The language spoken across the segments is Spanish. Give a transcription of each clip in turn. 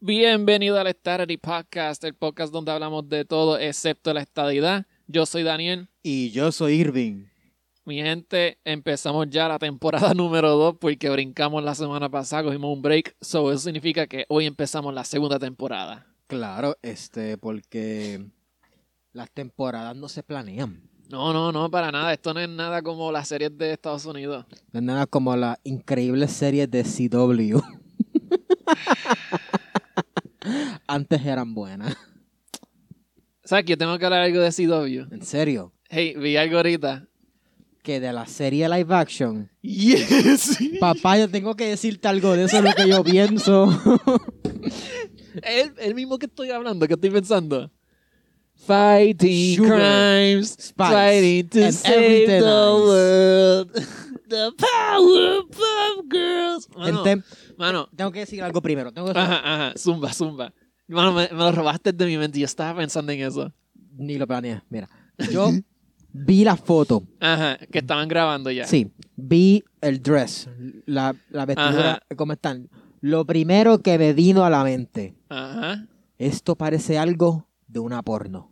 Bienvenido al Starity Podcast, el podcast donde hablamos de todo excepto la estadidad. Yo soy Daniel. Y yo soy Irving. Mi gente, empezamos ya la temporada número 2 porque brincamos la semana pasada, cogimos un break. So, eso significa que hoy empezamos la segunda temporada. Claro, este, porque las temporadas no se planean. No, no, no, para nada. Esto no es nada como las series de Estados Unidos. No es nada como las increíbles series de CW. Antes eran buenas. ¿Sabes que yo tengo que hablar algo de CW? En serio. Hey, vi algo ahorita. Que de la serie live action. Yes. Papá, yo tengo que decirte algo de eso, es lo que yo pienso. el, el mismo que estoy hablando, que estoy pensando. Fighting Sugar, crimes, spice, fighting to and save everything the else. world. The Powerpuff Girls. Mano, Gente, mano, tengo que decir algo primero. Tengo que- ajá, ajá, zumba, zumba. Mano, me, me lo robaste de mi mente. Yo estaba pensando en eso. Ni lo planeé. Mira, yo vi la foto. Ajá, que estaban grabando ya. Sí, vi el dress, la, la vestidura, cómo están. Lo primero que me vino a la mente, Ajá. esto parece algo de una porno.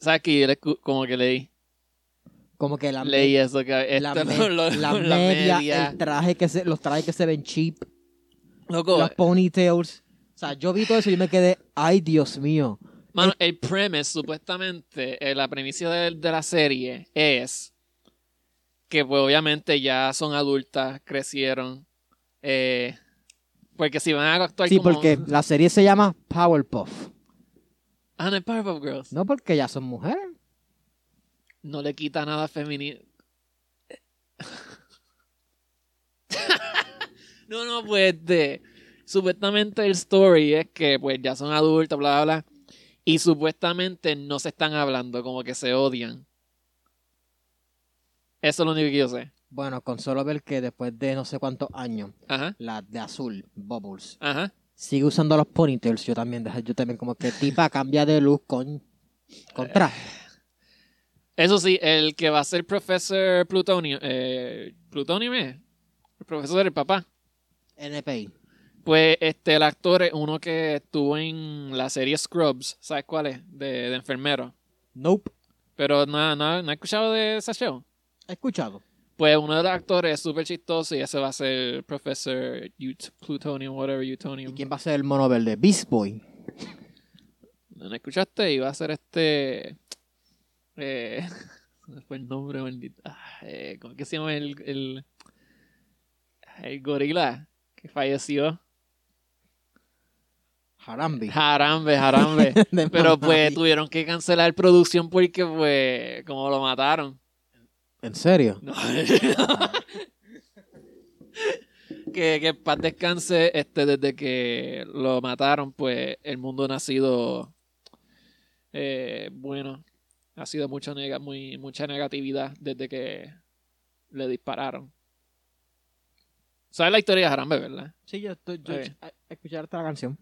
¿Sabes que yo le escu- como que leí? Como que la, leí eso que esto la, lo- lo- me- la lo- la media, media. el traje que se, los trajes que se ven cheap, Loco, los ponytails. O sea, yo vi todo eso y yo me quedé, ay Dios mío. Mano, el premise, supuestamente, eh, la premisa de, de la serie es que, pues, obviamente ya son adultas, crecieron. eh, porque si van a actuar Sí, como... porque la serie se llama Powerpuff. Ah, no, es Powerpuff Girls. No. No porque ya son mujeres. le quita nada femenino. no, no, pues, de- Supuestamente el story es que, pues, ya son adultas, bla, bla, bla. Y supuestamente no se están hablando, como que se odian. Eso es lo único que yo sé. Bueno, con solo ver que después de no sé cuántos años, Ajá, la de azul, Bubbles, ajá. sigue usando los ponytails. Yo también, deja- yo también como que tipa cambia de luz con, con traje. Eso sí, el que va a ser profesor Plutonio, eh, Plutonio ¿eh? el profesor, el papá. NPI. Pues este, el actor es uno que estuvo en la serie Scrubs, ¿sabes cuál es? De, de enfermero. Nope. Pero no, no, no he escuchado de esa show. ¿He escuchado? Pues uno de los actores es súper chistoso y ese va a ser profesor Ut- Plutonium, whatever, ¿Y Plutonium. quién va a ser el mono verde? Beast Boy. ¿No escuchaste? Y va a ser este... Eh, se me fue el nombre, maldito. Ah, eh, ¿Cómo que se llama el, el... El gorila que falleció? Harambe. Jarambe, jarambe. De Pero mamá. pues tuvieron que cancelar producción porque pues como lo mataron. ¿En serio? No. que, que paz descanse este, desde que lo mataron, pues el mundo no ha sido eh, bueno. Ha sido mucho nega, muy, mucha negatividad desde que le dispararon. ¿Sabes la historia de Jarambe, verdad? Sí, yo estoy. yo- Está escuchar la canción.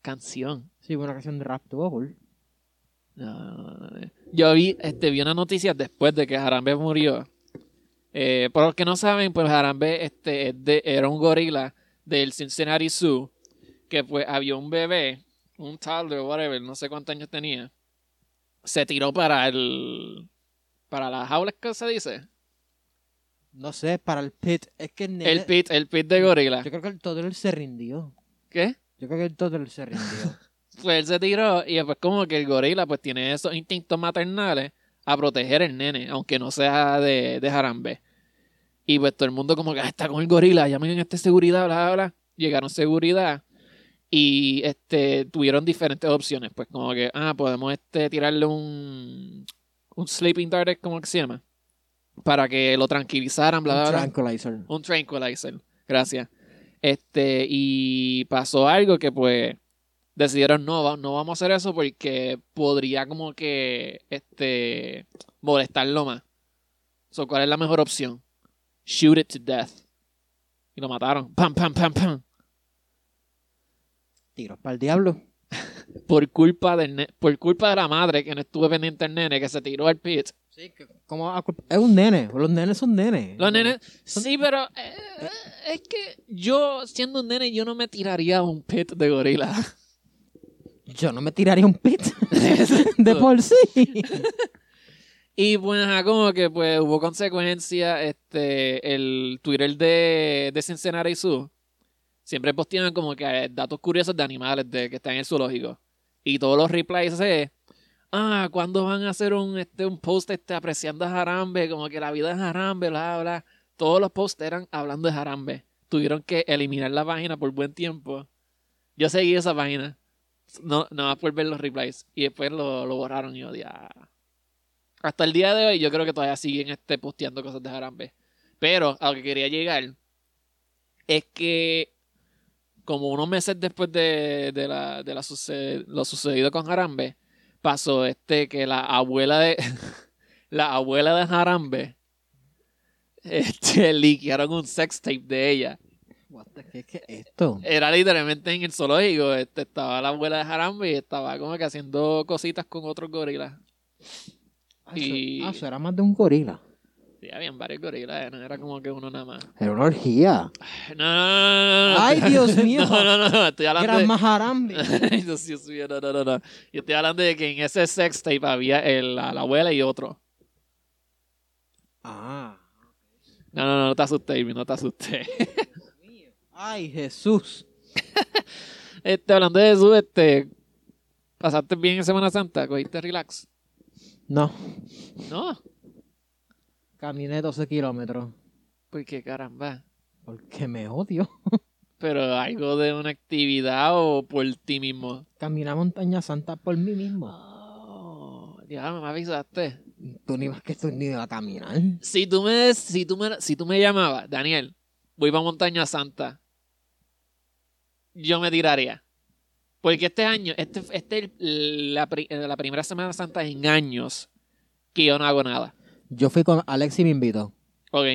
Canción. Sí, una canción de rap tuvo cool. No, no, no. Yo vi, este, vi una noticia después de que Jarambe murió. Eh, por los que no saben, pues Jarambe este, es de- era un gorila del Cincinnati Zoo que pues había un bebé, un toddler, whatever, no sé cuántos años tenía. Se tiró para el... para las jaulas que se dice. No sé, para el pit. Es que el nene- El pit, el pit de gorila. Yo creo que el Toddler se rindió. ¿Qué? Yo creo que el Toddler se rindió. Pues él se tiró y después como que el gorila pues tiene esos instintos maternales a proteger el nene, aunque no sea de, de Jarambe. Y pues todo el mundo como que "Ah, está con el gorila, llamen a este seguridad, bla, bla, bla. Llegaron seguridad y este tuvieron diferentes opciones. Pues como que, ah, podemos este tirarle un, un sleeping dart, como que se llama? Para que lo tranquilizaran, bla, bla, Un bla. Tranquilizer. Un tranquilizer. Gracias. Este, y pasó algo que pues decidieron no, va- no vamos a hacer eso porque podría como que este molestarlo más. So, ¿cuál es la mejor opción? Shoot it to death. Y lo mataron. Pam, pam, pam, pam. Tiros para el diablo. Por culpa del ne- por culpa de la madre que no estuve pendiente del nene que se tiró al pit. Sí, que... ¿Cómo va a culp- Es un nene. Los nenes son nenes. Los nenes. Sí, pero eh, es que yo, siendo un nene, yo no me tiraría a un pit de gorila. Yo no me tiraría un pit de por sí. Y pues, ajá, como que pues hubo consecuencias. Este, el Twitter de, de Cincinnati Zoo siempre postean como que eh, datos curiosos de animales de, que están en el zoológico. Y todos los replies es, ah, ¿cuándo van a hacer un, este, un post este, apreciando a Jarambe? Como que la vida es Jarambe, bla, bla. Todos los posts eran hablando de Jarambe. Tuvieron que eliminar la página por buen tiempo. Yo seguí esa página. No, nada más por ver los replies. Y después lo, lo borraron y yo, "Ya". Hasta el día de hoy yo creo que todavía siguen este, posteando cosas de Jarambe. Pero a lo que quería llegar es que como unos meses después de, de la, de la suce- lo sucedido con Jarambe, pasó este que la abuela de la abuela de Jarambe este, liquearon un sex tape de ella. ¿Qué es esto? Era literalmente en el zoológico, este, estaba la abuela de Jarambe y estaba como que haciendo cositas con otros gorilas. Ah, eso- Y- ah, eso era más de un gorila. Sí, habían varios gorilas, ¿eh? no era como que uno nada más. Era una orgía. No, no, no, no, no. Ay, Dios mío. No, no, no, no, estoy hablando de- Gran Maharambe. Ay, Dios, Dios mío, no, no, no, no. Yo estoy hablando de que en ese sex tape había el- la, la abuela y otro. Ah. No, no, no, no te asustes, Irving, no te asustes. Ay, Jesús. Este, hablando de eso, este, pasaste bien en Semana Santa, cogiste relax. No, No, caminé 12 kilómetros. porque caramba. Porque me odio. Pero algo de una actividad o por ti mismo. Caminé a Montaña Santa por mí mismo. Ah. Oh, ya me avisaste. Tú ni más que tú ni a caminar. Si tú me, des- si tú me, si tú me llamabas, Daniel, voy para Montaña Santa, yo me tiraría. Porque este año, este, este es el- la, pri- la primera Semana Santa en años que yo no hago nada. Yo fui con Alexi, me invitó. Ok.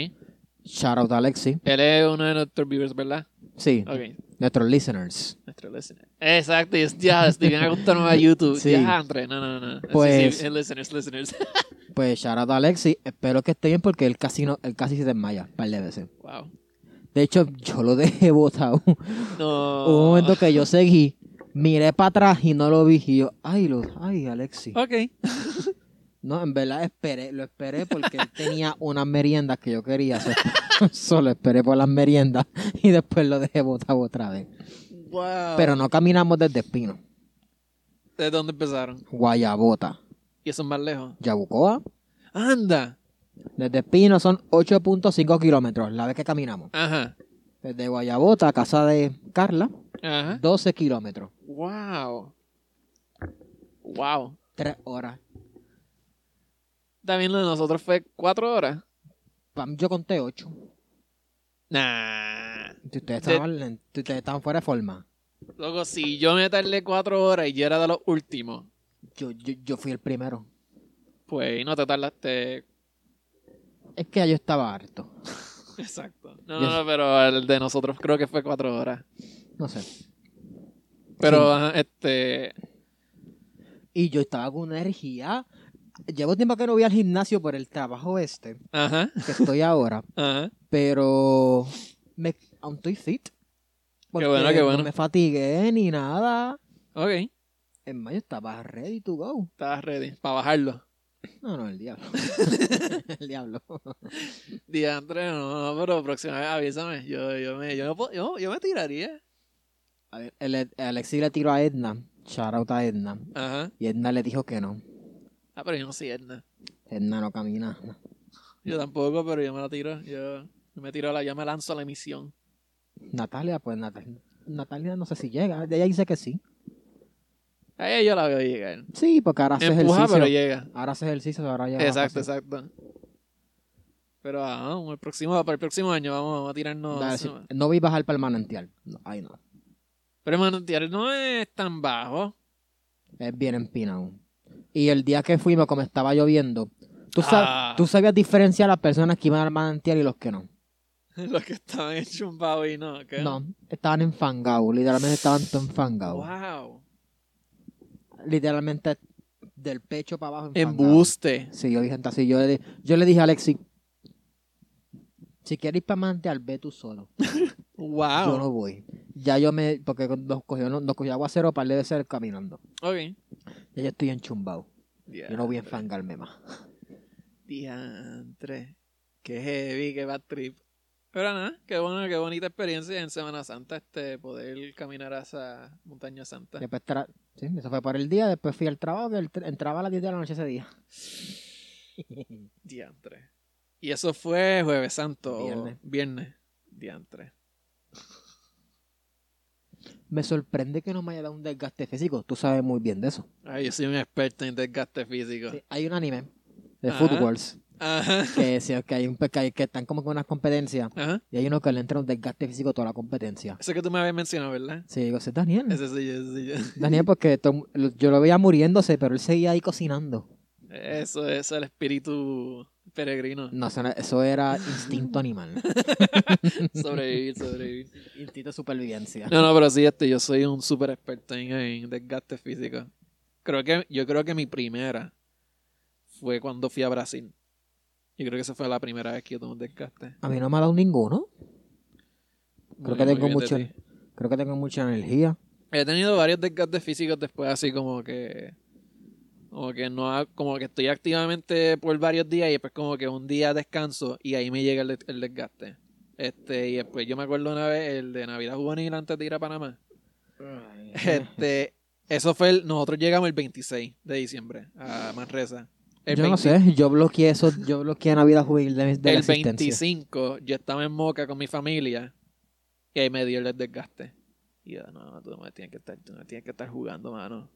Shout out a Alexi. Él es uno de nuestros viewers, ¿verdad? Sí, Ok. nuestros listeners. Nuestro listener. Exacto. yo- Ya, estoy bien acostumbrado a YouTube. Sí. Ya, André. No, no, no. Sí, Pues- sí, eh, listeners, listeners. Pues shout out a Alexi. Espero que esté bien porque él casi, no, él casi se desmaya un par de veces. wow. De hecho, yo lo dejé botado. Hubo un No. momento que yo seguí, miré para atrás y no lo vi. Y yo, ay, lo, ay, Alexi. Ok. No, en verdad esperé, lo esperé porque él tenía unas meriendas que yo quería. so- Solo esperé por las meriendas y después lo dejé botado otra vez. Wow. Pero no caminamos desde Espino, ¿De dónde empezaron? Guayabota, Y eso es más lejos. Yabucoa. Anda. Desde Espino son 8.5 kilómetros la vez que caminamos. Ajá. Desde Guayabota a casa de Carla, Ajá. 12 kilómetros. Wow. Wow. Tres horas. También lo de nosotros fue cuatro horas. Pam, Yo conté ocho. Nah. Ustedes De- estaban, lent- ustedes estaban fuera de forma. Luego, si yo me tardé cuatro horas y yo era de los últimos, Yo, yo, yo fui el primero. pues no te tardaste. Es que ya yo estaba harto. Exacto. No, no, no, pero el de nosotros creo que fue cuatro horas. No sé. Pero, Sí. ajá, este. Y yo estaba con una energía. Llevo tiempo que no voy al gimnasio por el trabajo este Ajá, que estoy ahora, ajá. pero me, aún estoy fit. Porque bueno, qué bueno. No me fatigué ni nada. Ok. En mayo estaba ready to go. Estabas ready. Para bajarlo. No, no, el diablo. el diablo. Diantre, no, no, pero próxima vez avísame. Yo, yo, me, yo, no puedo- yo, yo me tiraría. A ver, el- Alexis le tiró a Edna. Shout out a Edna. Ajá. Y Edna le dijo que no. Ah, pero yo no soy Edna. Edna no camina. Yo tampoco, pero yo me la tiro. Yo yo me tiro a la, yo me lanzo a la emisión. Natalia, pues Natalia, Natalia no sé si llega. Ella dice que sí. A ella yo la veo llegar. Sí, porque ahora hace Empuja, ejercicio. pero llega. Ahora hace ejercicio, ahora ya. Exacto, exacto. Pero ah, vamos, el próximo, para el próximo año vamos, vamos a tirarnos. Dale, sí. No vi bajar para el manantial. No, ay, no. Pero el manantial no es tan bajo. Es bien empinado. Y el día que fuimos, como estaba lloviendo, tú, sab- Ah. tú sabías diferenciar a las personas que iban al manantial y los que no. Los que estaban enchumbados y no, ¿qué? No, estaban enfangados. Literalmente estaban todos enfangados. Wow. Literalmente del pecho para abajo. enfangados. Embuste. Sí, yo vi gente así. Yo le, di- yo le dije a Alexi: Si quieres ir para el manantial, ve tú solo. Wow. Yo no voy. ya yo me. Porque nos cogió, nos cogió aguacero para de ser caminando. Ok. Ya yo estoy enchumbado. Ya. Yo no voy a enfangarme más. Diantre. Qué heavy, qué bad trip. Pero nada, qué buena, qué bonita experiencia en Semana Santa este poder caminar a esa montaña santa. Después tra- sí, eso fue por el día. Después fui al trabajo que el tra- entraba a las 10 de la noche ese día. Diantre. Y eso fue jueves santo. o Viernes. Viernes. Diantre. Me sorprende que no me haya dado un desgaste físico. Tú sabes muy bien de eso. Ay, yo soy un experto en desgaste físico. Sí, hay un anime de Ajá. Food Wars Ajá. que, sí, que hay un pe- que, hay- que están como con unas competencias Ajá. y hay uno que le entra un desgaste físico a toda la competencia. Eso que tú me habías mencionado, ¿verdad? Sí, digo, ese es Daniel. Ese sí, ese sí. Daniel, porque to- lo- yo lo veía muriéndose, pero él seguía ahí cocinando. Eso es el espíritu peregrino. No, eso, no- eso era instinto animal. Sobrevivir, sobrevivir. instinto de supervivencia. No, no, pero sí, este, yo soy un súper experto en, en desgaste físico. Creo que, yo creo que mi primera fue cuando fui a Brasil. Yo creo que esa fue la primera vez que yo tomé un desgaste. A mí no me ha dado ninguno. Muy- Creo que muy tengo bien de mucho- ti. Creo que tengo mucha energía. He tenido varios desgastes físicos después, así como que. Como que no ha- como que estoy activamente por varios días y después como que un día descanso y ahí me llega el, des- el desgaste. Este, y después yo me acuerdo una vez el de Navidad Juvenil antes de ir a Panamá. Eh, Este, eso fue el, nosotros llegamos el 26 de diciembre a Manresa. El yo no 20 sé, yo bloqueé eso, yo bloqueé Navidad Juvenil de, mi- de la el existencia. 25 yo estaba en Moca con mi familia y ahí me dio el desgaste. Y yo, no, tú no me tienes que estar, tú no me tienes que estar jugando, mano.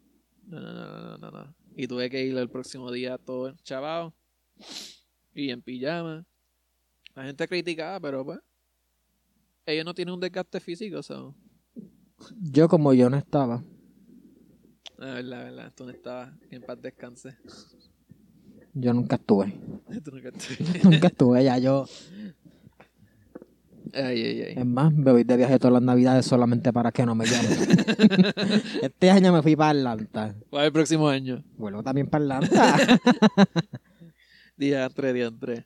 No, no, no, no, no, no. Y tuve que ir el próximo día todo chavado y en pijama. La gente criticaba, pero pues ellos no tienen un desgaste físico, so. Yo como yo no estaba. La verdad, la verdad, tú no estabas en paz descanse. Yo nunca estuve. Tú nunca nunca estuve ya. Yo, Ay, ay, ay. es más, me voy de viaje todas las navidades solamente para que no me llamen. este año me fui para Atlanta. ¿Cuál es el próximo año? Vuelvo también para Atlanta. Día 3, día 3.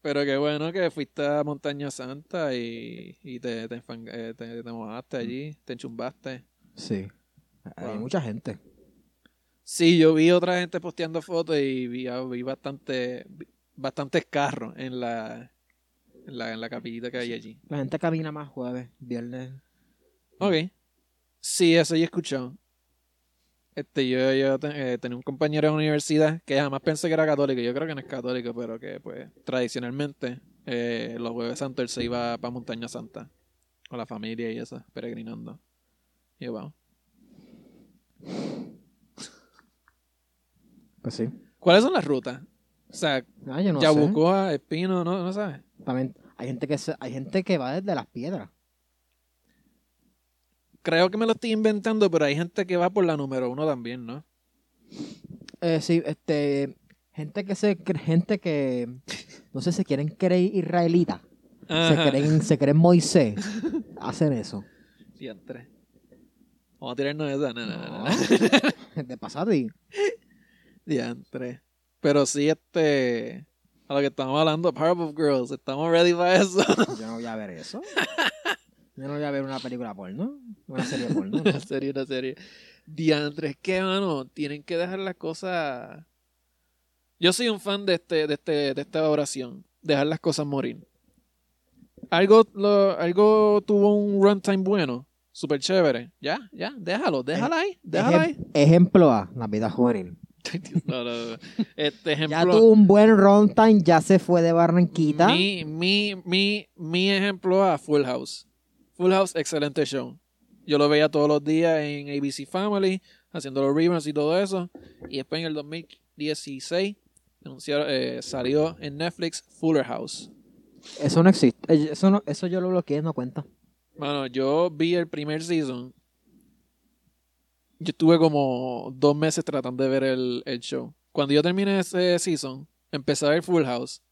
Pero qué bueno que fuiste a Montaña Santa y, y te, te, enfang- eh, te- te mojaste allí, te enchumbaste. sí. Hay Wow. mucha gente. Sí, yo vi otra gente posteando fotos y vi, ah, vi bastante, vi- bastantes carros en la, en la, en la capillita que hay allí. La gente camina más jueves, viernes. Ok. Sí, eso yo he escuchado. Este, yo, yo te- eh, tenía un compañero en la universidad que jamás pensé que era católico. Yo creo que no es católico, pero que pues tradicionalmente eh, los jueves santos él se iba para Montaña Santa con la familia y eso, peregrinando. Y yo, wow. Pues sí. ¿Cuáles son las rutas? O sea, Ah, yo no sé. Yabucoa, Espino, ¿no, ¿no sabes? También hay gente que se- hay gente que va desde las piedras. Creo que me lo estoy inventando, pero hay gente que va por la número uno también, ¿no? Eh, sí, este gente que se cre- gente que no sé se quieren creer israelitas. Ajá. Se creen se creen Moisés. Hacen eso. Diantre. Vamos a tirarnos esa. No, no, no, no. No. De pasado y Diantre. Pero sí, este. A lo que estamos hablando, Powerpuff Girls, estamos ready para eso. yo no voy a ver eso. Yo no voy a ver una película porno, una serie porno. una serie, una serie. Diantre, es que, mano, tienen que dejar las cosas. Yo soy un fan de, este, de, este, de esta oración: dejar las cosas morir. Algo, lo- algo tuvo un runtime bueno, súper chévere. Ya, ya, déjalo, déjala ahí, déjala ahí. Ejem- ejemplo A, Navidad juvenil. No, no, no. Este ejemplo. Ya tuvo un buen runtime, ya se fue de Barranquita. Mi, mi, mi, mi ejemplo a Full House. Full House, excelente show. Yo lo veía todos los días en ABC Family, haciendo los reruns y todo eso. Y después en el 2016 anunciaron, eh, salió en Netflix Fuller House. Eso no existe. Eh, Eso no, eso yo lo bloqueé, no cuenta. Bueno, yo vi el primer season. Yo estuve como dos meses tratando de ver el, el show. Cuando yo terminé ese season, empecé a ver Full House.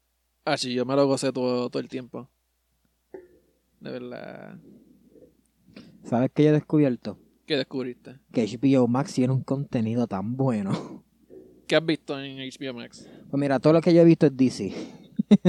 Ah, sí, yo me lo gocé todo, todo el tiempo. De verdad. ¿Sabes qué yo he descubierto? ¿Qué descubriste? Que HBO Max tiene un contenido tan bueno. ¿Qué has visto en HBO Max? Pues mira, todo lo que yo he visto es DC.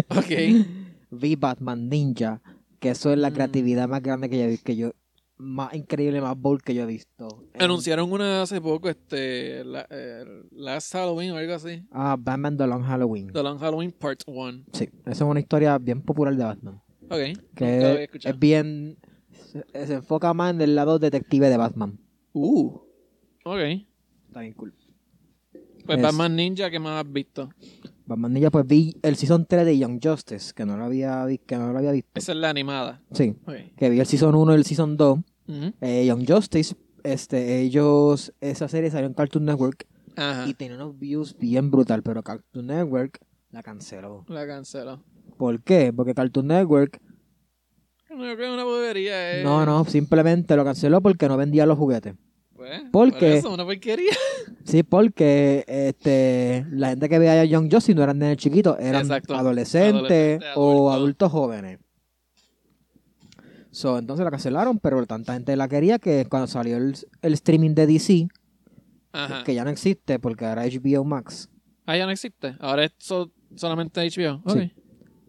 Ok. Vi Batman Ninja, que eso es la Mm. creatividad más grande que yo, que yo más increíble, más bold que yo he visto. En- Anunciaron una hace poco, este, la- eh, Last Halloween o algo así. Ah, Batman The Long Halloween. The Long Halloween Part 1. Sí, esa es una historia bien popular de Batman. Ok. nunca la había Que es, escuchado. bien. Se, se enfoca más en el lado detective de Batman. Uh. Ok. Está bien cool. Pues Es- Batman Ninja, ¿qué más has visto? Batman Ninja, pues vi el season 3 de Young Justice, que no lo había, vi- que no lo había visto. Esa es la animada. Sí, Ok. que vi el season 1 y el season 2. Ujú. Eh, Young Justice, este, ellos. Esa serie salió en Cartoon Network Ajá. y tenía unos views bien brutal, pero Cartoon Network la canceló. La canceló. ¿Por qué? Porque Cartoon Network No, yo creo que es una bobería. eh. No, no, simplemente lo canceló porque no vendía los juguetes. Pues, ¿Por qué? eso, una porquería. Sí, porque este, la gente que veía a John Josie no eran nenes chiquitos, eran Exacto. adolescentes Adolescente, adulto. o adultos jóvenes. So, entonces la cancelaron, pero tanta gente la quería que cuando salió el, el streaming de DC, Ajá. que ya no existe porque ahora es HBO Max. Ah, ya no existe. Ahora es so- solamente HBO. Ok. Sí.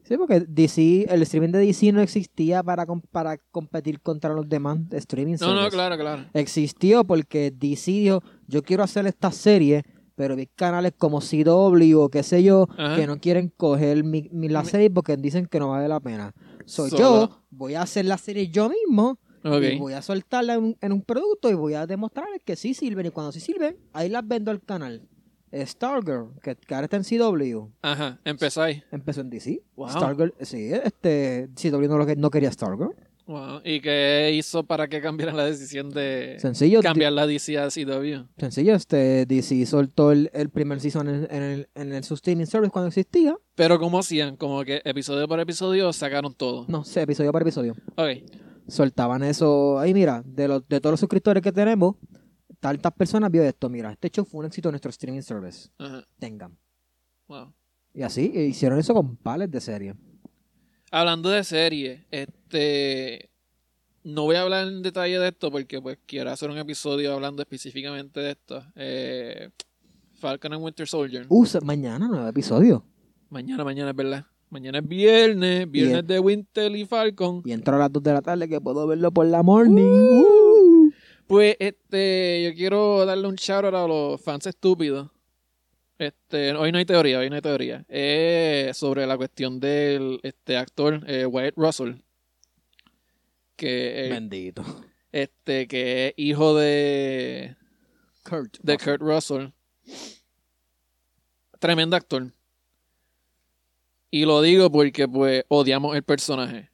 Sí, porque DC, el streaming de DC no existía para, com- para competir contra los demás streaming No, no, service. claro, claro. existió porque DC dijo, yo quiero hacer esta serie, pero vi canales como CW o qué sé yo, Ajá. que no quieren coger mi, mi- la Mi- serie porque dicen que no vale la pena. So, Solo. yo voy a hacer la serie yo mismo y Ok. voy a soltarla en un, en un producto y voy a demostrarles que sí sirven. Y cuando sí sirven, ahí las vendo al canal. Stargirl, que, que ahora está en CW, Ajá. Empezáis. empezó en DC. Wow. Stargirl, sí, este, CW no, lo que, no quería Stargirl. Wow. ¿Y qué hizo para que cambiaran la decisión de Sencillo. di- cambiar la DC a CW? Sencillo, este DC soltó el, el primer season en, en el, en el sustaining service cuando existía. Pero ¿cómo hacían? Como que episodio por episodio sacaron todo. No sé, episodio por episodio. Ok. Soltaban eso. Ahí mira, de, los, de todos los suscriptores que tenemos, tantas personas vio esto. Mira, este show fue un éxito en nuestro streaming service. Ajá. Tengan. Wow. Y así e hicieron eso con pales de serie. Hablando de serie, este. No voy a hablar en detalle de esto porque pues quiero hacer un episodio hablando específicamente de esto. Eh, Falcon and Winter Soldier. Uh, se- mañana nuevo episodio. Mañana, mañana, es verdad. Mañana es viernes, viernes de Winter y Falcon. Y entro a las 2 de la tarde que puedo verlo por la morning. Uh. Pues, este, yo quiero darle un shout out a los fans estúpidos. Este, hoy no hay teoría, hoy no hay teoría. Eh, sobre la cuestión del este actor eh, Wyatt Russell. Que, eh, Bendito. este, que es hijo de, Kurt. de Kurt Russell. Tremendo actor. Y lo digo porque pues odiamos el personaje.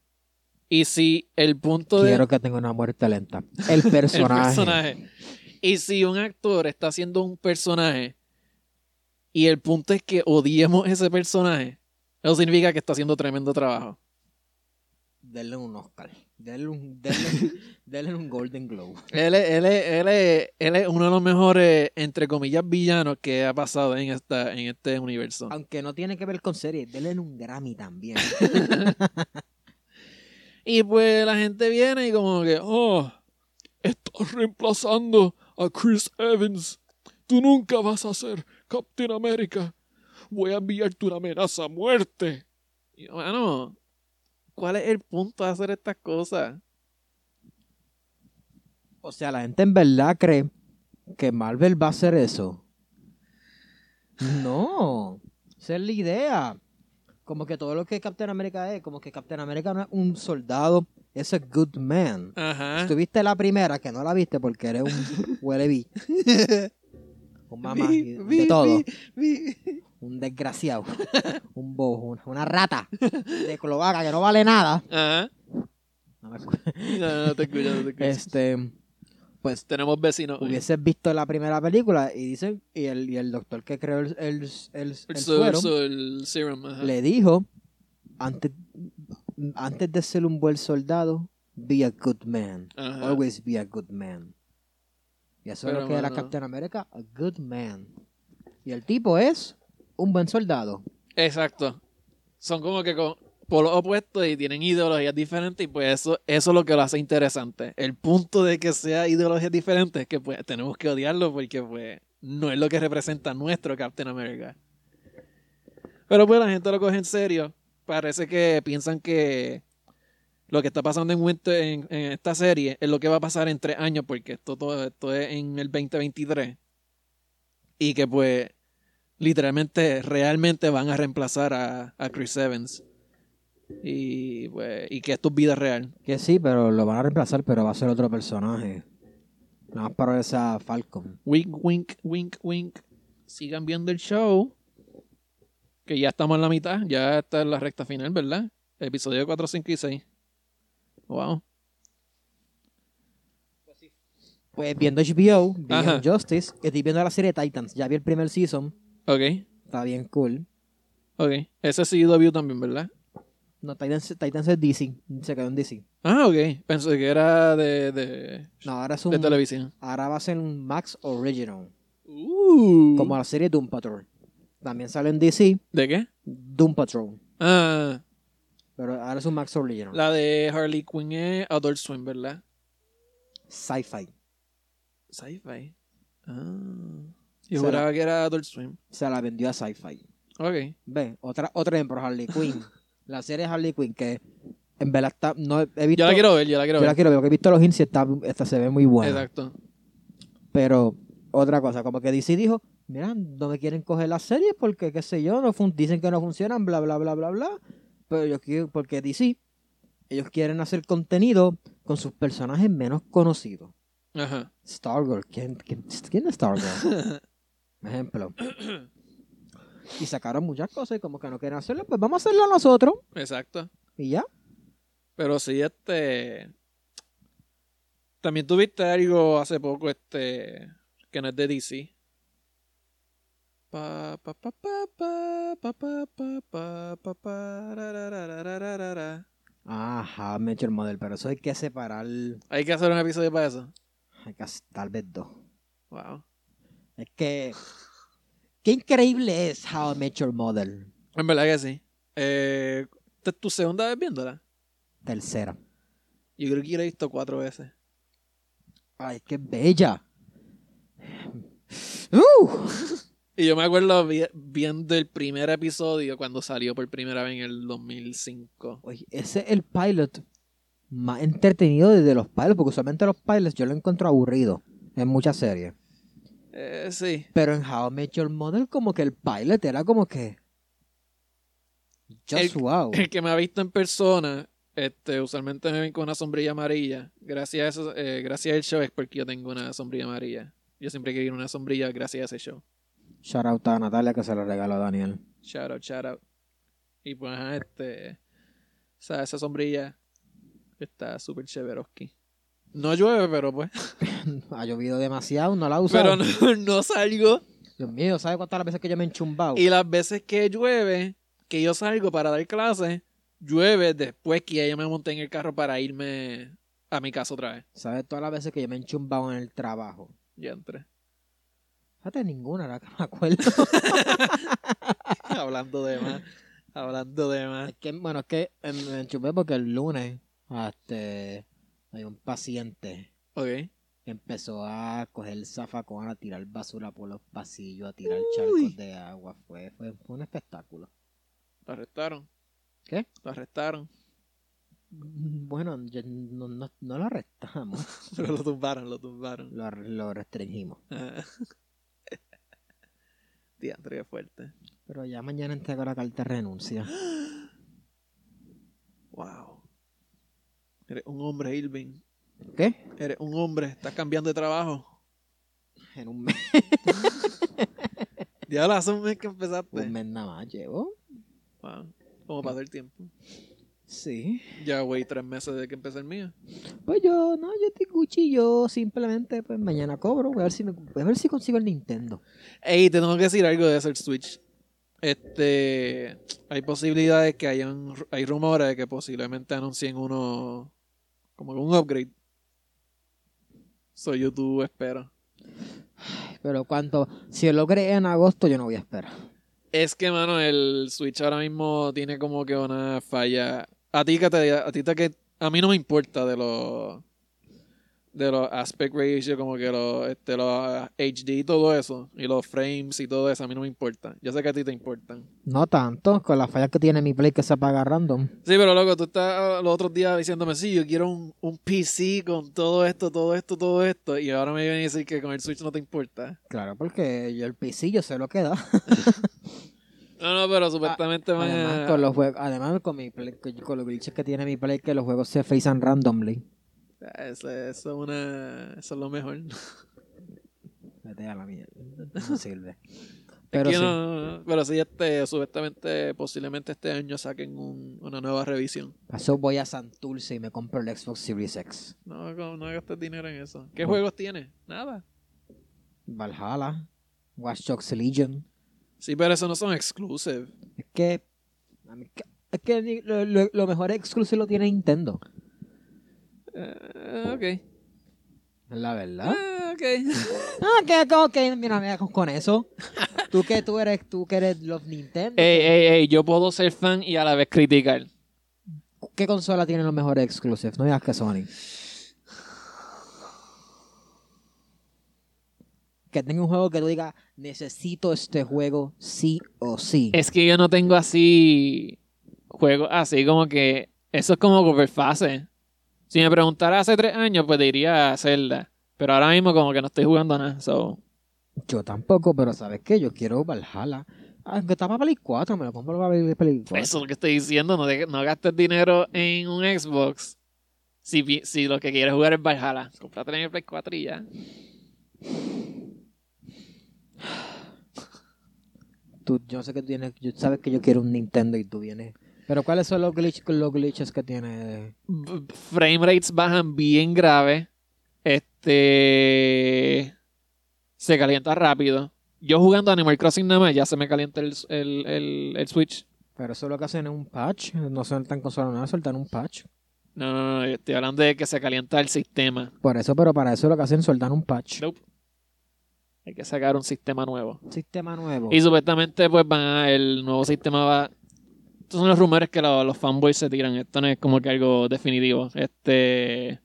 Y si el punto de Quiero que tenga una muerte lenta. El personaje. el personaje. Y si un actor está haciendo un personaje y el punto es que odiemos ese personaje, eso significa que está haciendo tremendo trabajo. Denle un Oscar. Denle un, denle, denle un Golden Globe. Él es, él es- él es- él es uno de los mejores, entre comillas, villanos que ha pasado en, esta, en este universo. Aunque no tiene que ver con series, denle un Grammy también. Y pues la gente viene y como que, oh, estás reemplazando a Chris Evans. Tú nunca vas a ser Captain America. Voy a enviarte una amenaza a muerte. Y, mano, ¿cuál es el punto de hacer estas cosas? O sea, la gente en verdad cree que Marvel va a hacer eso. No. Esa es la idea. Como que todo lo que Captain America es, como que Captain America no es un soldado, es a good man. Ajá. Estuviste la primera, que no la viste porque eres un huele bi. Un mamá Vi- vi- de todo. vi- vi. un desgraciado, un bojo, una, una rata de cloaca que no vale nada. Ajá. No me acuerdo. No, no te escucho, no te escucho. Este, pues Tenemos vecinos. hoy. hubieses visto la primera película y dicen y el, y el doctor que creó el, el, el- El, el su- el suero su- el serum. ajá. le dijo antes antes de ser un buen soldado, be a good man, Ajá. always be a good man. Y eso es Pero, lo que era mano. Captain America, a good man. Y el tipo es un buen soldado. Exacto. Son como que con polos opuestos y tienen ideologías diferentes y pues eso, eso es lo que lo hace interesante. El punto de que sea ideologías diferentes es que pues tenemos que odiarlo porque pues no es lo que representa nuestro Captain America. Pero pues la gente lo coge en serio. Parece que piensan que lo que está pasando en, Winter- en, en esta serie es lo que va a pasar en tres años, porque esto, todo, esto es en el 2023. Y que pues literalmente, realmente van a reemplazar a, a Chris Evans. Y, pues, y que esto es vida real. Que sí, pero lo van a reemplazar, pero va a ser otro personaje. Nada más para esa Falcon. Wink, wink, wink, wink. Sigan viendo el show. Que ya estamos en la mitad. Ya está en la recta final, ¿verdad? Episodio 4, 5 y 6. Wow. Pues viendo HBO, Ajá. viendo Justice, estoy viendo la serie Titans. Ya vi el primer season, Ok, está bien cool. ok. Ese es CW también, ¿verdad? No, Titans, Titans es DC, se quedó en DC. Ah, ok. Pensé que era de, de, No, ahora es de un. televisión. Ahora va a ser un Max Original. Uh. Como la serie Doom Patrol. También sale en DC, ¿De qué? Doom Patrol. Ah, Pero ahora es un Max Original. la de Harley Quinn es Adult Swim, ¿verdad? Sci-fi. Sci-fi. Ah. Yo Será. juraba que era Adult Swim. Se la vendió a Sci-fi. Ok. Ve, otra, otro ejemplo, Harley Quinn. la serie Harley Quinn, que en verdad está. No he visto. Yo la quiero ver, yo la quiero Yo la ver. quiero ver, porque he visto los hints y está, esta se ve muy buena. Exacto. Pero otra cosa, como que DC dijo, mira, no me quieren coger las series porque, qué sé yo, no fun- dicen que no funcionan, bla, bla, bla, bla, bla. Pero yo quiero, porque DC, ellos quieren hacer contenido con sus personajes menos conocidos. Ajá. Stargirl, ¿quién, quién, quién es Stargirl? Ejemplo. Y sacaron muchas cosas y como que no quieren hacerlo, pues vamos a hacerlo nosotros Exacto. y ya. Pero sí, este. También tuviste algo hace poco, este. Que no es de DC. Pa, pa, pa, pa, pa, pa, pa, pa, pa, pa, pa, ra, ra, ra, ra, ra, ra, ra, ra. Ajá, me he hecho el modelo, pero eso hay que separar, hay Hay que hacer un episodio para eso. que hacer tal vez dos. Wow. Es que. Qué increíble es How I Met Your Mother. En verdad que sí. Eh, ¿Esta es tu segunda vez viéndola? Tercera. Yo creo que yo la he visto cuatro veces. Ay, qué bella. ¡Uh! Y yo me acuerdo vi- viendo el primer episodio cuando salió por primera vez en el 2005. Oye, ese es el pilot más entretenido de los pilots, porque usualmente los pilots yo lo encuentro aburrido en muchas series. Eh, sí. Pero en How I Met Your Mother, como que el pilot era como que. Just wow. el que me ha visto en persona, este, usualmente me ven con una sombrilla amarilla. Gracias a eso, eh, gracias al show es porque yo tengo una sombrilla amarilla. Yo siempre quería una sombrilla gracias a ese show. Shout out a Natalia que se lo regaló a Daniel. Shout out, shout out. Y pues, ajá, este, o sea, esa sombrilla está súper chéveroski. No llueve, pero pues. Ha llovido demasiado, no la ha usado. Pero no, no salgo. Dios mío, ¿sabes cuántas las veces que yo me he enchumbado? Y las veces que llueve, que yo salgo para dar clases, llueve después que ya yo me monté en el carro para irme a mi casa otra vez. ¿Sabes todas las veces que yo me he enchumbado en el trabajo? Ya entré. Fíjate, ninguna, ahora que me acuerdo. Hablando de más. Hablando de más. Es que, bueno, es que eh, me enchumé porque el lunes este, hay un paciente Ok. que empezó a coger zafacón, a tirar basura por los pasillos, a tirar Uy. charcos de agua. Fue, fue, fue un espectáculo. Lo arrestaron. ¿Qué? Lo arrestaron. Mm, Bueno, yo- no, no, no lo arrestamos, Pero lo tumbaron, lo tumbaron. lo, ar- lo restringimos. Ah. Diantre, qué fuerte. Pero ya mañana entrego la carta de renuncia. Wow. Eres un hombre, Irving. ¿Qué? Eres un hombre. Estás cambiando de trabajo. En un mes, Ya lo hace un mes que empezaste. un mes nada más llevo. Wow. ¿Cómo pasó el tiempo? Sí. Ya, güey, tres meses desde que empecé el mío. Pues yo, no, yo te Gucci, yo simplemente, pues mañana cobro, voy a ver si, me, voy a ver si consigo el Nintendo. Ey, te tengo que decir algo de eso, el Switch. Este, hay posibilidades que hayan, hay rumores de que posiblemente anuncien uno, como que un upgrade. Soy YouTube, espero. Pero cuanto, si lo logré en agosto, yo no voy a esperar. Es que, mano, el Switch ahora mismo tiene como que una falla. A ti que te, a ti te que, a mí no me importa de los, de los aspect ratio, como que los, este, los HD y todo eso, y los frames y todo eso, a mí no me importa. Yo sé que a ti te importan. No tanto, con las fallas que tiene mi play que se apaga random. Sí, pero loco, tú estás ah, los otros días diciéndome, sí, yo quiero un, un PC con todo esto, todo esto, todo esto, y ahora me vienen a decir que con el Switch no te importa. Claro, porque yo el PC yo sé lo que da. No, no, pero supuestamente van a- Además, con los juegos, además con, mi play, con los glitches que tiene mi play, que los juegos se freezan randomly. Ah, Eso, eso es una... Eso es lo mejor. Vete a la mierda. No sirve. Pero Es sí. que no- pero sí, este, supuestamente, posiblemente este año saquen un- una nueva revisión. Pasó, voy a Santurce y me compro el Xbox Series X. No, no, no gastes dinero en eso. ¿Qué Bueno. juegos tiene? Nada. Valhalla, Watch Dogs Legion. Sí, pero eso no son exclusive. Es que. a mí- Es que ni- lo, lo- lo mejor exclusivo lo tiene Nintendo. Eh, ok. Es la verdad. Ah, ok. Ah, que ok, mira, mira, con, con eso. Tú que tú eres, tú que eres los Nintendo. Ey, ey, ey, yo puedo ser fan y a la vez criticar. ¿Qué consola tiene los mejores exclusivos? No digas que Sony. Que tenga un juego que tú digas, necesito este juego sí o sí. Es que yo no tengo así juegos así como que eso es como por fase. Si me preguntara hace tres años, pues diría Zelda. Pero ahora mismo como que no estoy jugando nada. So, Yo tampoco, pero ¿sabes qué? Yo quiero Valhalla. Aunque está para Play 4, me lo compro para Play Play 4. eso es lo que estoy diciendo. No, de- no gastes dinero en un Xbox. Si, pi- si lo que quieres jugar es Valhalla, cómprate en el Play 4 y ya. Tú, yo sé que tú tienes, yo- sabes que yo quiero un Nintendo y tú vienes. Pero ¿cuáles son los, glitch, los glitches que tiene? B- Frame rates bajan bien grave. Este. Se calienta rápido. Yo jugando Animal Crossing nada más, ya se me calienta el, el- el- el Switch. Pero eso es lo que hacen en un patch. No sueltan consola nada, sueltan un patch. No, no, no, yo estoy hablando de que se calienta el sistema. Por eso, pero para eso lo que hacen, sueltan un patch. Nope. Hay que sacar un sistema nuevo. Sistema nuevo. Y supuestamente, pues van a- el nuevo sistema va. Estos son los rumores que lo- los fanboys se tiran. Esto no es como que algo definitivo. Este.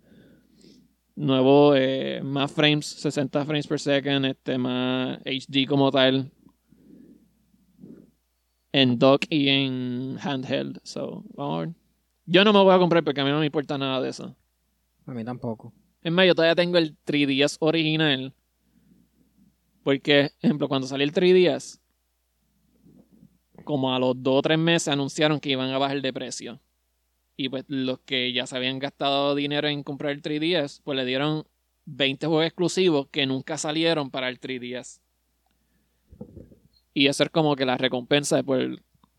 Nuevo, eh, más frames, 60 frames per second, este, más HD como tal. En dock y en handheld. So, vamos a ver. Yo no me voy a comprar porque a mí no me importa nada de eso. A mí tampoco. Es más, yo todavía tengo el 3DS original. Porque, ejemplo, cuando salió el 3DS, como a los 2 o 3 meses anunciaron que iban a bajar de precio. Y pues los que ya se habían gastado dinero en comprar el 3DS, pues le dieron 20 juegos exclusivos que nunca salieron para el 3DS. Y eso es como que la recompensa de por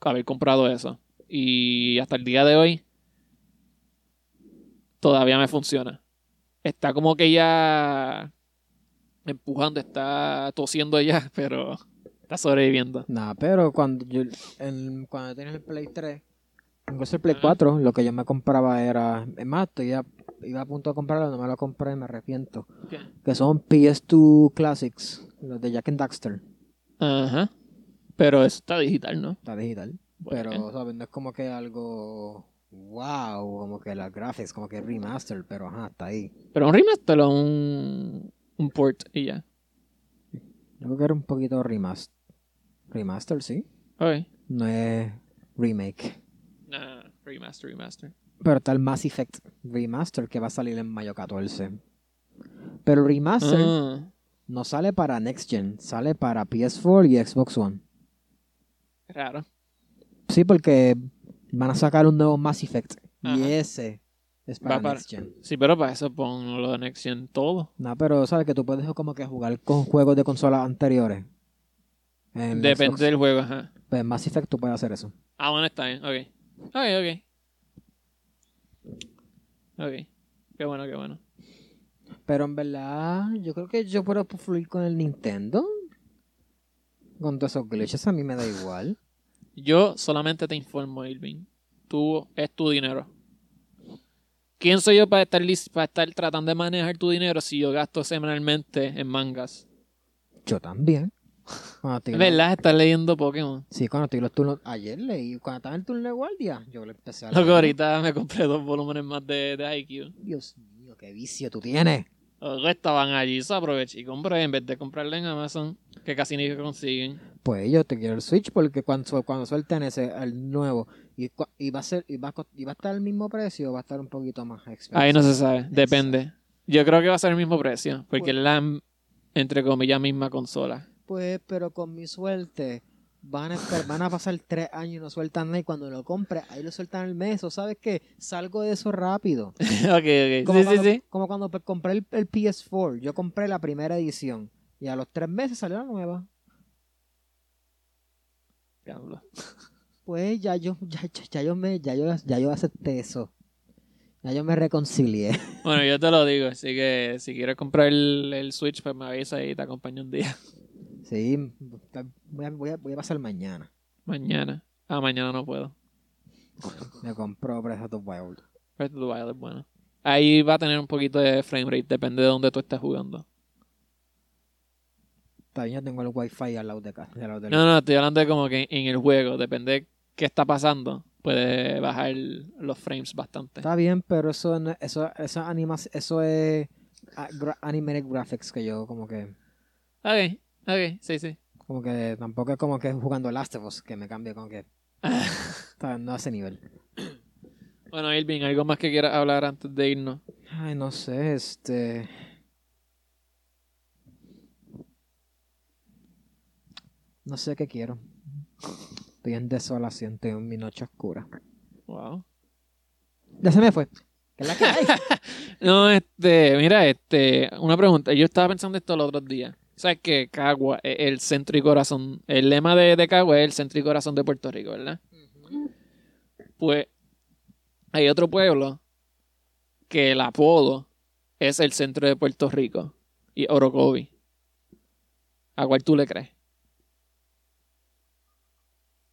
haber comprado eso. Y hasta el día de hoy, todavía me funciona está como que ya empujando, está tosiendo ya, pero está sobreviviendo. Nada, pero cuando yo, el- cuando tienes el Play 3, incluso el Play Ajá. 4, lo que yo me compraba era. Es más, estoy a- iba a punto de comprarlo, no me lo compré y me arrepiento. Que son PS2 Classics, los de Jack and Daxter. Ajá. Pero eso está digital, ¿no? Está digital. Bueno. Pero, ¿sabes? No es como que algo. ¡Wow! Como que las graphics, como que remaster, pero ajá, está ahí. Pero un remaster o un, un port y ya. Yo creo que era un poquito remaster. Remaster, sí. Ok. No es remake. Nah, remaster, remaster. Pero está el Mass Effect Remaster que va a salir en mayo 14. Pero el remaster Ah, no sale para Next Gen, sale para PS4 y Xbox One. raro. Sí, porque van a sacar un nuevo Mass Effect. Y Ajá. ese es para, Va para- Next Gen. Sí, pero para eso pon lo de Next Gen todo. No, pero sabes que tú puedes como que jugar con juegos de consolas anteriores. En Xbox. Depende del juego, ajá. Pues en Mass Effect tú puedes hacer eso. Ah, bueno, está bien, ok. Ok, ok. Ok. Qué bueno, qué bueno. Pero en verdad, yo creo que yo puedo fluir con el Nintendo. Con todos esos glitches a mí me da igual. Yo solamente te informo, Irving. Tú es tu dinero. ¿Quién soy yo para estar, lis- para estar tratando de manejar tu dinero si yo gasto semanalmente en mangas? Yo también. Cuando estoy- Es verdad, estás leyendo Pokémon. Sí, cuando estoy en los turnos. Ayer leí, cuando estaba en el turno de guardia, yo le empecé a Loco, leer. ahorita me compré dos volúmenes más de, de IQ. Dios mío, qué vicio tú tienes. Luego estaban allí, se aprovechó y compré en vez de comprarla en Amazon, que casi ni consiguen. Pues yo te quiero el Switch porque cuando, su- cuando suelten ese, el nuevo, y, cua- y va a ser, y va a, cost- y va a estar el mismo precio o va a estar un poquito más expensive. Ahí no se sabe, depende. Yo creo que va a ser el mismo precio, porque es la, entre comillas, misma consola. Pues, pero con mi suerte, van a, estar- van a pasar tres años y no sueltan nada. Y cuando lo compre, ahí lo sueltan el mes. O sabes qué, salgo de eso rápido. ok, ok. Como Sí, sí, cuando, sí. como cuando pe- compré el, el PS4, yo compré la primera edición. Y a los tres meses salió la nueva. Diablo. Pues ya yo, ya, ya- ya yo me, ya yo, ya yo acepté eso. Ya yo me reconcilié. Bueno, yo te lo digo, así que si quieres comprar el, el Switch, pues me avisa y te acompaño un día. Sí, ta- voy a, voy a- voy a pasar mañana. Mañana. Ah, mañana no puedo. Me compró Breath of the Wild. Breath of the Wild es bueno. Ahí va a tener un poquito de frame rate, depende de dónde tú estés jugando. También yo tengo el wifi al lado de acá. Al lado del- No, no, estoy hablando de como que en el juego, depende de qué está pasando, puede bajar los frames bastante. Está bien, pero eso no- eso eso, animas, eso es ah, gra- animated graphics que yo como que Ok, ok, sí, sí. como que tampoco es como que jugando Last of Us que me cambie como que está, no a ese nivel. Bueno, Irving, ¿algo más que quieras hablar antes de irnos? Ay, no sé, este no sé qué quiero. Estoy en desolación, estoy en mi noche oscura. Wow. Ya se me fue. ¿Qué es la que hay? No, este, mira, este, una pregunta. Yo estaba pensando esto los otros días. ¿Sabes que Cagua es el centro y corazón, el lema de, de Cagua es el centro y corazón de Puerto Rico, ¿verdad? Pues hay otro pueblo que el apodo es el centro de Puerto Rico y Orocovi. ¿A cuál tú le crees?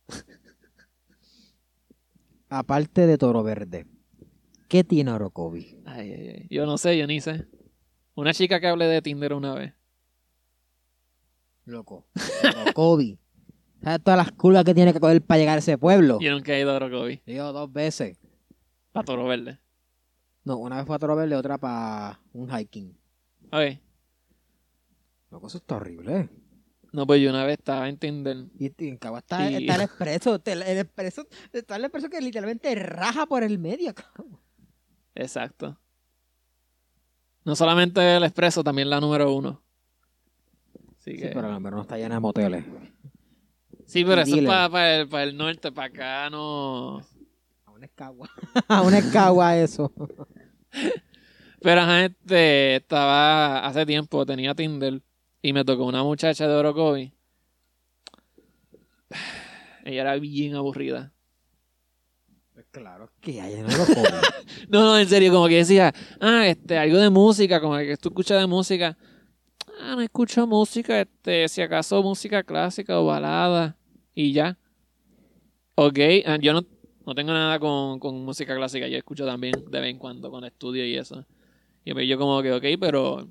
Aparte de Toro Verde, ¿qué tiene Orocovi? Ay, ay, ay. Yo no sé, yo ni sé. Una chica que hablé de Tinder una vez. Loco. Orocovi. ¿Sabes todas las curvas que tiene que coger para llegar a ese pueblo? Yo nunca he ido a Orocovi. Yo dos veces. Para Toro Verde. No, una vez fue a Toro Verde, otra para un hiking. Ok. Loco, eso está horrible. No, pues yo una vez estaba en Tinder. Y, y en Cagua está, Y- está el expreso. te- El expreso. Está el expreso que literalmente raja por el medio. cabrón. Exacto. No solamente el expreso, también la número uno. Así que- Sí, pero la número no está llena de moteles. eso es Dile. para el, pa' el norte, para acá no. Aún es Cagua. Aún es Cagua eso. Pero ajá, este, estaba hace tiempo, tenía Tinder y me tocó una muchacha de Orocovi. Ella era bien aburrida. Pues Claro que hay en Orocovi. No, no, en serio, como que decía, ah, este, algo de música, como que tú escuchas de música. Ah, no escucho música, este, si acaso música clásica o balada. Y ya. Ok, ah, yo no, no tengo nada con, con música clásica, yo escucho también de vez en cuando con estudio y eso. Y pues yo como que, ok, pero...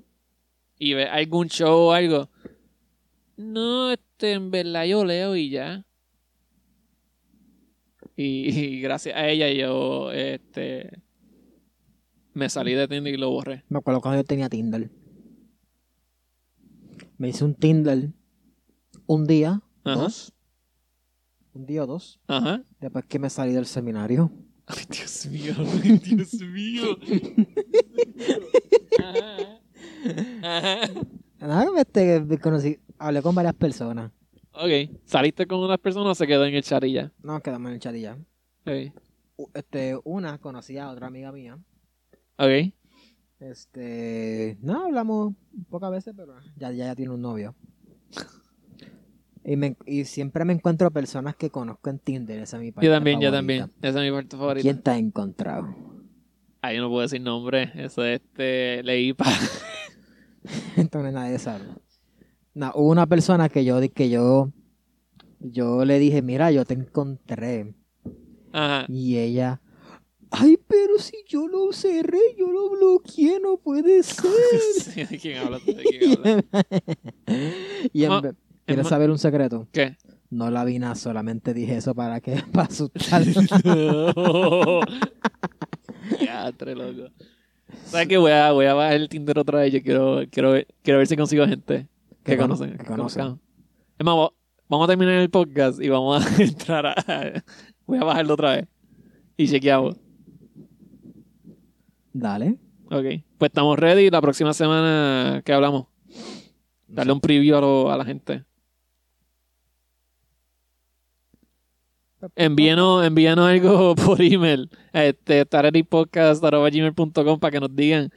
¿Y ve algún show o algo? No, este, en verdad yo leo y ya. Y, y gracias a ella yo, este... Me salí de Tinder y lo borré. Me acuerdo cuando yo tenía Tinder. Me hice un Tinder un día, Ajá. dos. Un día o dos. Ajá. Después que me salí del seminario. Ay, Dios mío, ay, Dios mío. Ajá. Ajá. Nada, este, me conocí, hablé con varias personas. Ok, ¿saliste con unas personas o se quedó en el chat y ya? No, quedamos en el chat y ya. Ok. U- Este, una conocía a otra amiga mía. Ok. Este, no, hablamos pocas veces, pero ya, ya, ya tiene un novio. Y, me, y siempre me encuentro personas que conozco en Tinder, esa es mi parte Yo también, yo favorita. también. Esa es mi parte favorita. ¿Quién te ha encontrado? Ah, yo no puedo decir nombre. Eso es este. Leí para. Entonces nadie sabe. No, hubo una persona que yo di- que yo yo le dije, mira, yo te encontré. Ajá. Y ella, ay, pero si yo lo cerré, yo lo bloqueé, no puede ser. Sí, ¿De quién hablas? ¿De quién hablas? y en Ma- vez- ¿Quieres ma- saber un secreto? ¿Qué? No la vi nada, solamente dije eso para que para asustarla. No. Ya, loco. ¿Sabes qué? Voy a, voy a bajar el Tinder otra vez. Yo quiero, quiero, ver- quiero ver si consigo gente que cono- conocen. que Que conocen. conozcan. Es más, vo- vamos a terminar el podcast y vamos a entrar a. Voy a bajarlo otra vez. Y chequeamos. Dale. Ok. Pues estamos ready. La próxima semana que hablamos. Darle un preview a, lo- a la gente. Envíenos, envíenos algo por email. Este, tarerypodcast.com para que nos digan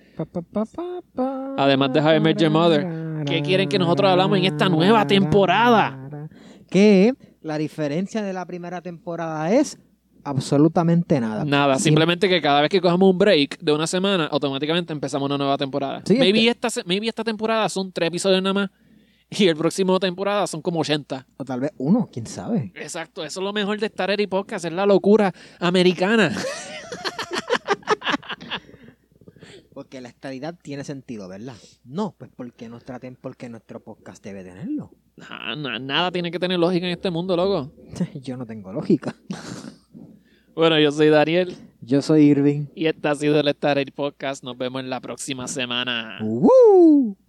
Además de How I Met Your Mother, ¿qué quieren que nosotros hablamos en esta nueva temporada? Que la diferencia de la primera temporada es absolutamente nada. Nada, Sim- simplemente que cada vez que cojamos un break de una semana, automáticamente empezamos una nueva temporada. Sí, maybe, esta, se- maybe esta temporada son tres episodios nada más y el próximo temporada son como 80. O tal vez uno, quién sabe. Exacto, eso es lo mejor de estar y podcast, es la locura americana. Porque la estadidad tiene sentido, ¿verdad? No, pues porque, nos traten, porque nuestro podcast debe tenerlo. Na- na- nada tiene que tener lógica en este mundo, loco. Yo no tengo lógica. Bueno, yo soy Daniel Yo soy Irving. y este ha sido el Estar Podcast. Nos vemos en la próxima semana. ¡Woo!